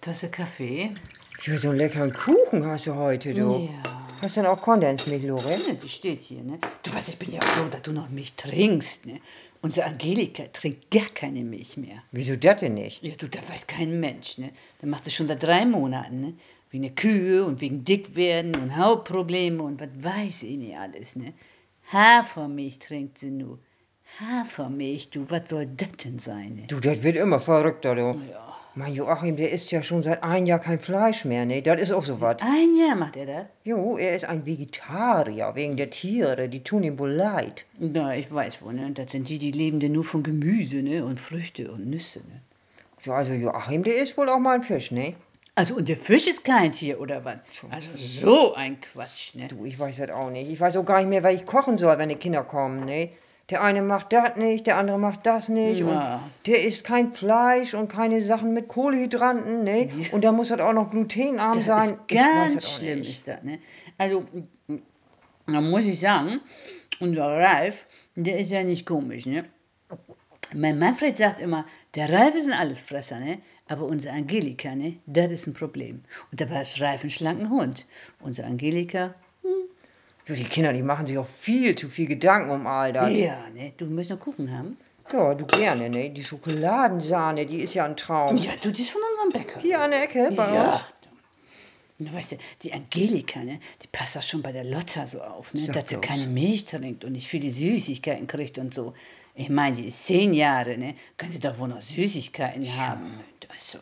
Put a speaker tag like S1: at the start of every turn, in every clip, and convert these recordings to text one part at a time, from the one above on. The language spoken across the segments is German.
S1: Tasse Kaffee?
S2: Ja, so einen leckeren Kuchen hast du heute, du.
S1: Ja.
S2: Hast du denn auch Kondensmilch, Lore?
S1: Ne, die steht hier, ne? Du weißt, ich bin ja froh, dass du noch Milch trinkst, ne? Unsere Angelika trinkt gar keine Milch mehr.
S2: Wieso das denn nicht?
S1: Ja, du, das weiß kein Mensch, ne? Das macht sie schon seit drei Monaten, ne? Wegen der Kühe und wegen Dickwerden und Hautprobleme und was weiß ich nicht alles, ne? Hafermilch trinkt sie nur. Hafermilch, du, was soll das denn sein, ne?
S2: Du, das wird immer verrückter, du.
S1: Ja.
S2: Mein Joachim, der isst ja schon seit einem Jahr kein Fleisch mehr, ne? Das ist auch so was.
S1: Ein Jahr macht er das?
S2: Jo, er ist ein Vegetarier wegen der Tiere, die tun ihm wohl leid.
S1: Na, ich weiß wohl, ne? Das sind die, die leben denn nur von Gemüse, ne? Und Früchte und Nüsse, ne?
S2: Ja, also Joachim, der isst wohl auch mal einen Fisch, ne?
S1: Also, und der Fisch ist kein Tier, oder was? Also, so ein Quatsch, ne?
S2: Du, ich weiß das auch nicht. Ich weiß auch gar nicht mehr, was ich kochen soll, wenn die Kinder kommen, ne? Der eine macht das nicht, der andere macht das nicht.
S1: Ja.
S2: Und der isst kein Fleisch und keine Sachen mit Kohlehydranten, ne? Und da muss das auch noch glutenarm
S1: Das
S2: sein.
S1: ist
S2: Ich weiß das
S1: ganz
S2: auch
S1: schlimm,
S2: nicht.
S1: ist das, ne? Also, m- da muss ich sagen, unser Ralf, der ist ja nicht komisch, ne? Mein Manfred sagt immer, der Ralf ist ein Allesfresser, ne? Aber unsere Angelika, ne? Das ist ein Problem. Und dabei ist Ralf ein schlanken Hund. Unsere Angelika,
S2: Ja, die Kinder, die machen sich auch viel zu viel Gedanken um all das.
S1: ja, ne? Du möchtest noch Kuchen haben?
S2: Ja, du gerne, ne? Die Schokoladensahne, die ist ja ein Traum.
S1: Ja, du, die ist von unserem Bäcker.
S2: Hier an der Ecke bei uns.
S1: Na, weißt du, die Angelika, ne, die passt auch schon bei der Lotta so auf, ne,
S2: Sag
S1: dass sie
S2: bloß.
S1: keine Milch trinkt und nicht viele Süßigkeiten kriegt und so. Ich meine, die ist zehn Jahre, ne, kann sie doch wohl noch Süßigkeiten haben. Also,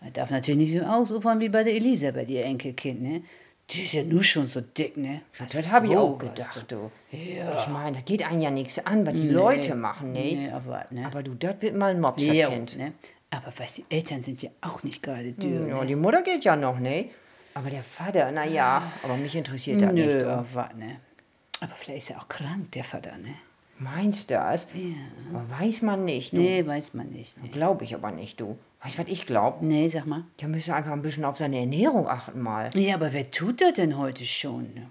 S1: man darf natürlich nicht so ausufern wie bei der Elisabeth, ihr Enkelkind, ne. Die ist ja nur schon so dick, ne. Also,
S2: Das habe ich
S1: Frau,
S2: auch
S1: weißt
S2: gedacht, du.
S1: Ja.
S2: Ich meine, da geht einen ja nichts an, was die Leute machen, ne?
S1: Nee, aber was, ne.
S2: Aber du, das wird mal ein Mops
S1: ja,
S2: erkennt.
S1: ne. Aber weißt du, die Eltern sind ja auch nicht gerade dürr.
S2: Ja, die Mutter geht ja noch, ne? Aber der Vater, na ja, aber mich interessiert das nicht.
S1: Ah. Nö,
S2: Du.
S1: aber warte, ne? Aber vielleicht ist er auch krank, der Vater, ne?
S2: Meinst du das?
S1: Ja.
S2: Aber weiß man nicht, du.
S1: Nee, weiß man nicht. Ne?
S2: Glaube ich aber nicht, du. Weißt du, was ich glaube?
S1: Nee, sag mal.
S2: Der müsste einfach ein bisschen auf seine Ernährung achten mal.
S1: Ja, aber wer tut das denn heute schon? Ne?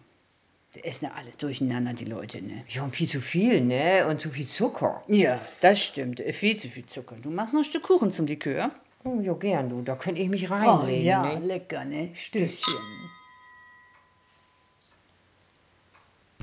S1: Die essen ja alles durcheinander, die Leute, ne?
S2: Ja, und viel zu viel, ne? Und zu viel Zucker.
S1: Ja, das stimmt. Äh, Viel zu viel Zucker. Du machst noch ein Stück Kuchen zum Likör.
S2: Oh, ja, gern, du. Da könnte ich mich
S1: Oh
S2: reinlegen,
S1: ja,
S2: ne?
S1: lecker, ne? Stößchen.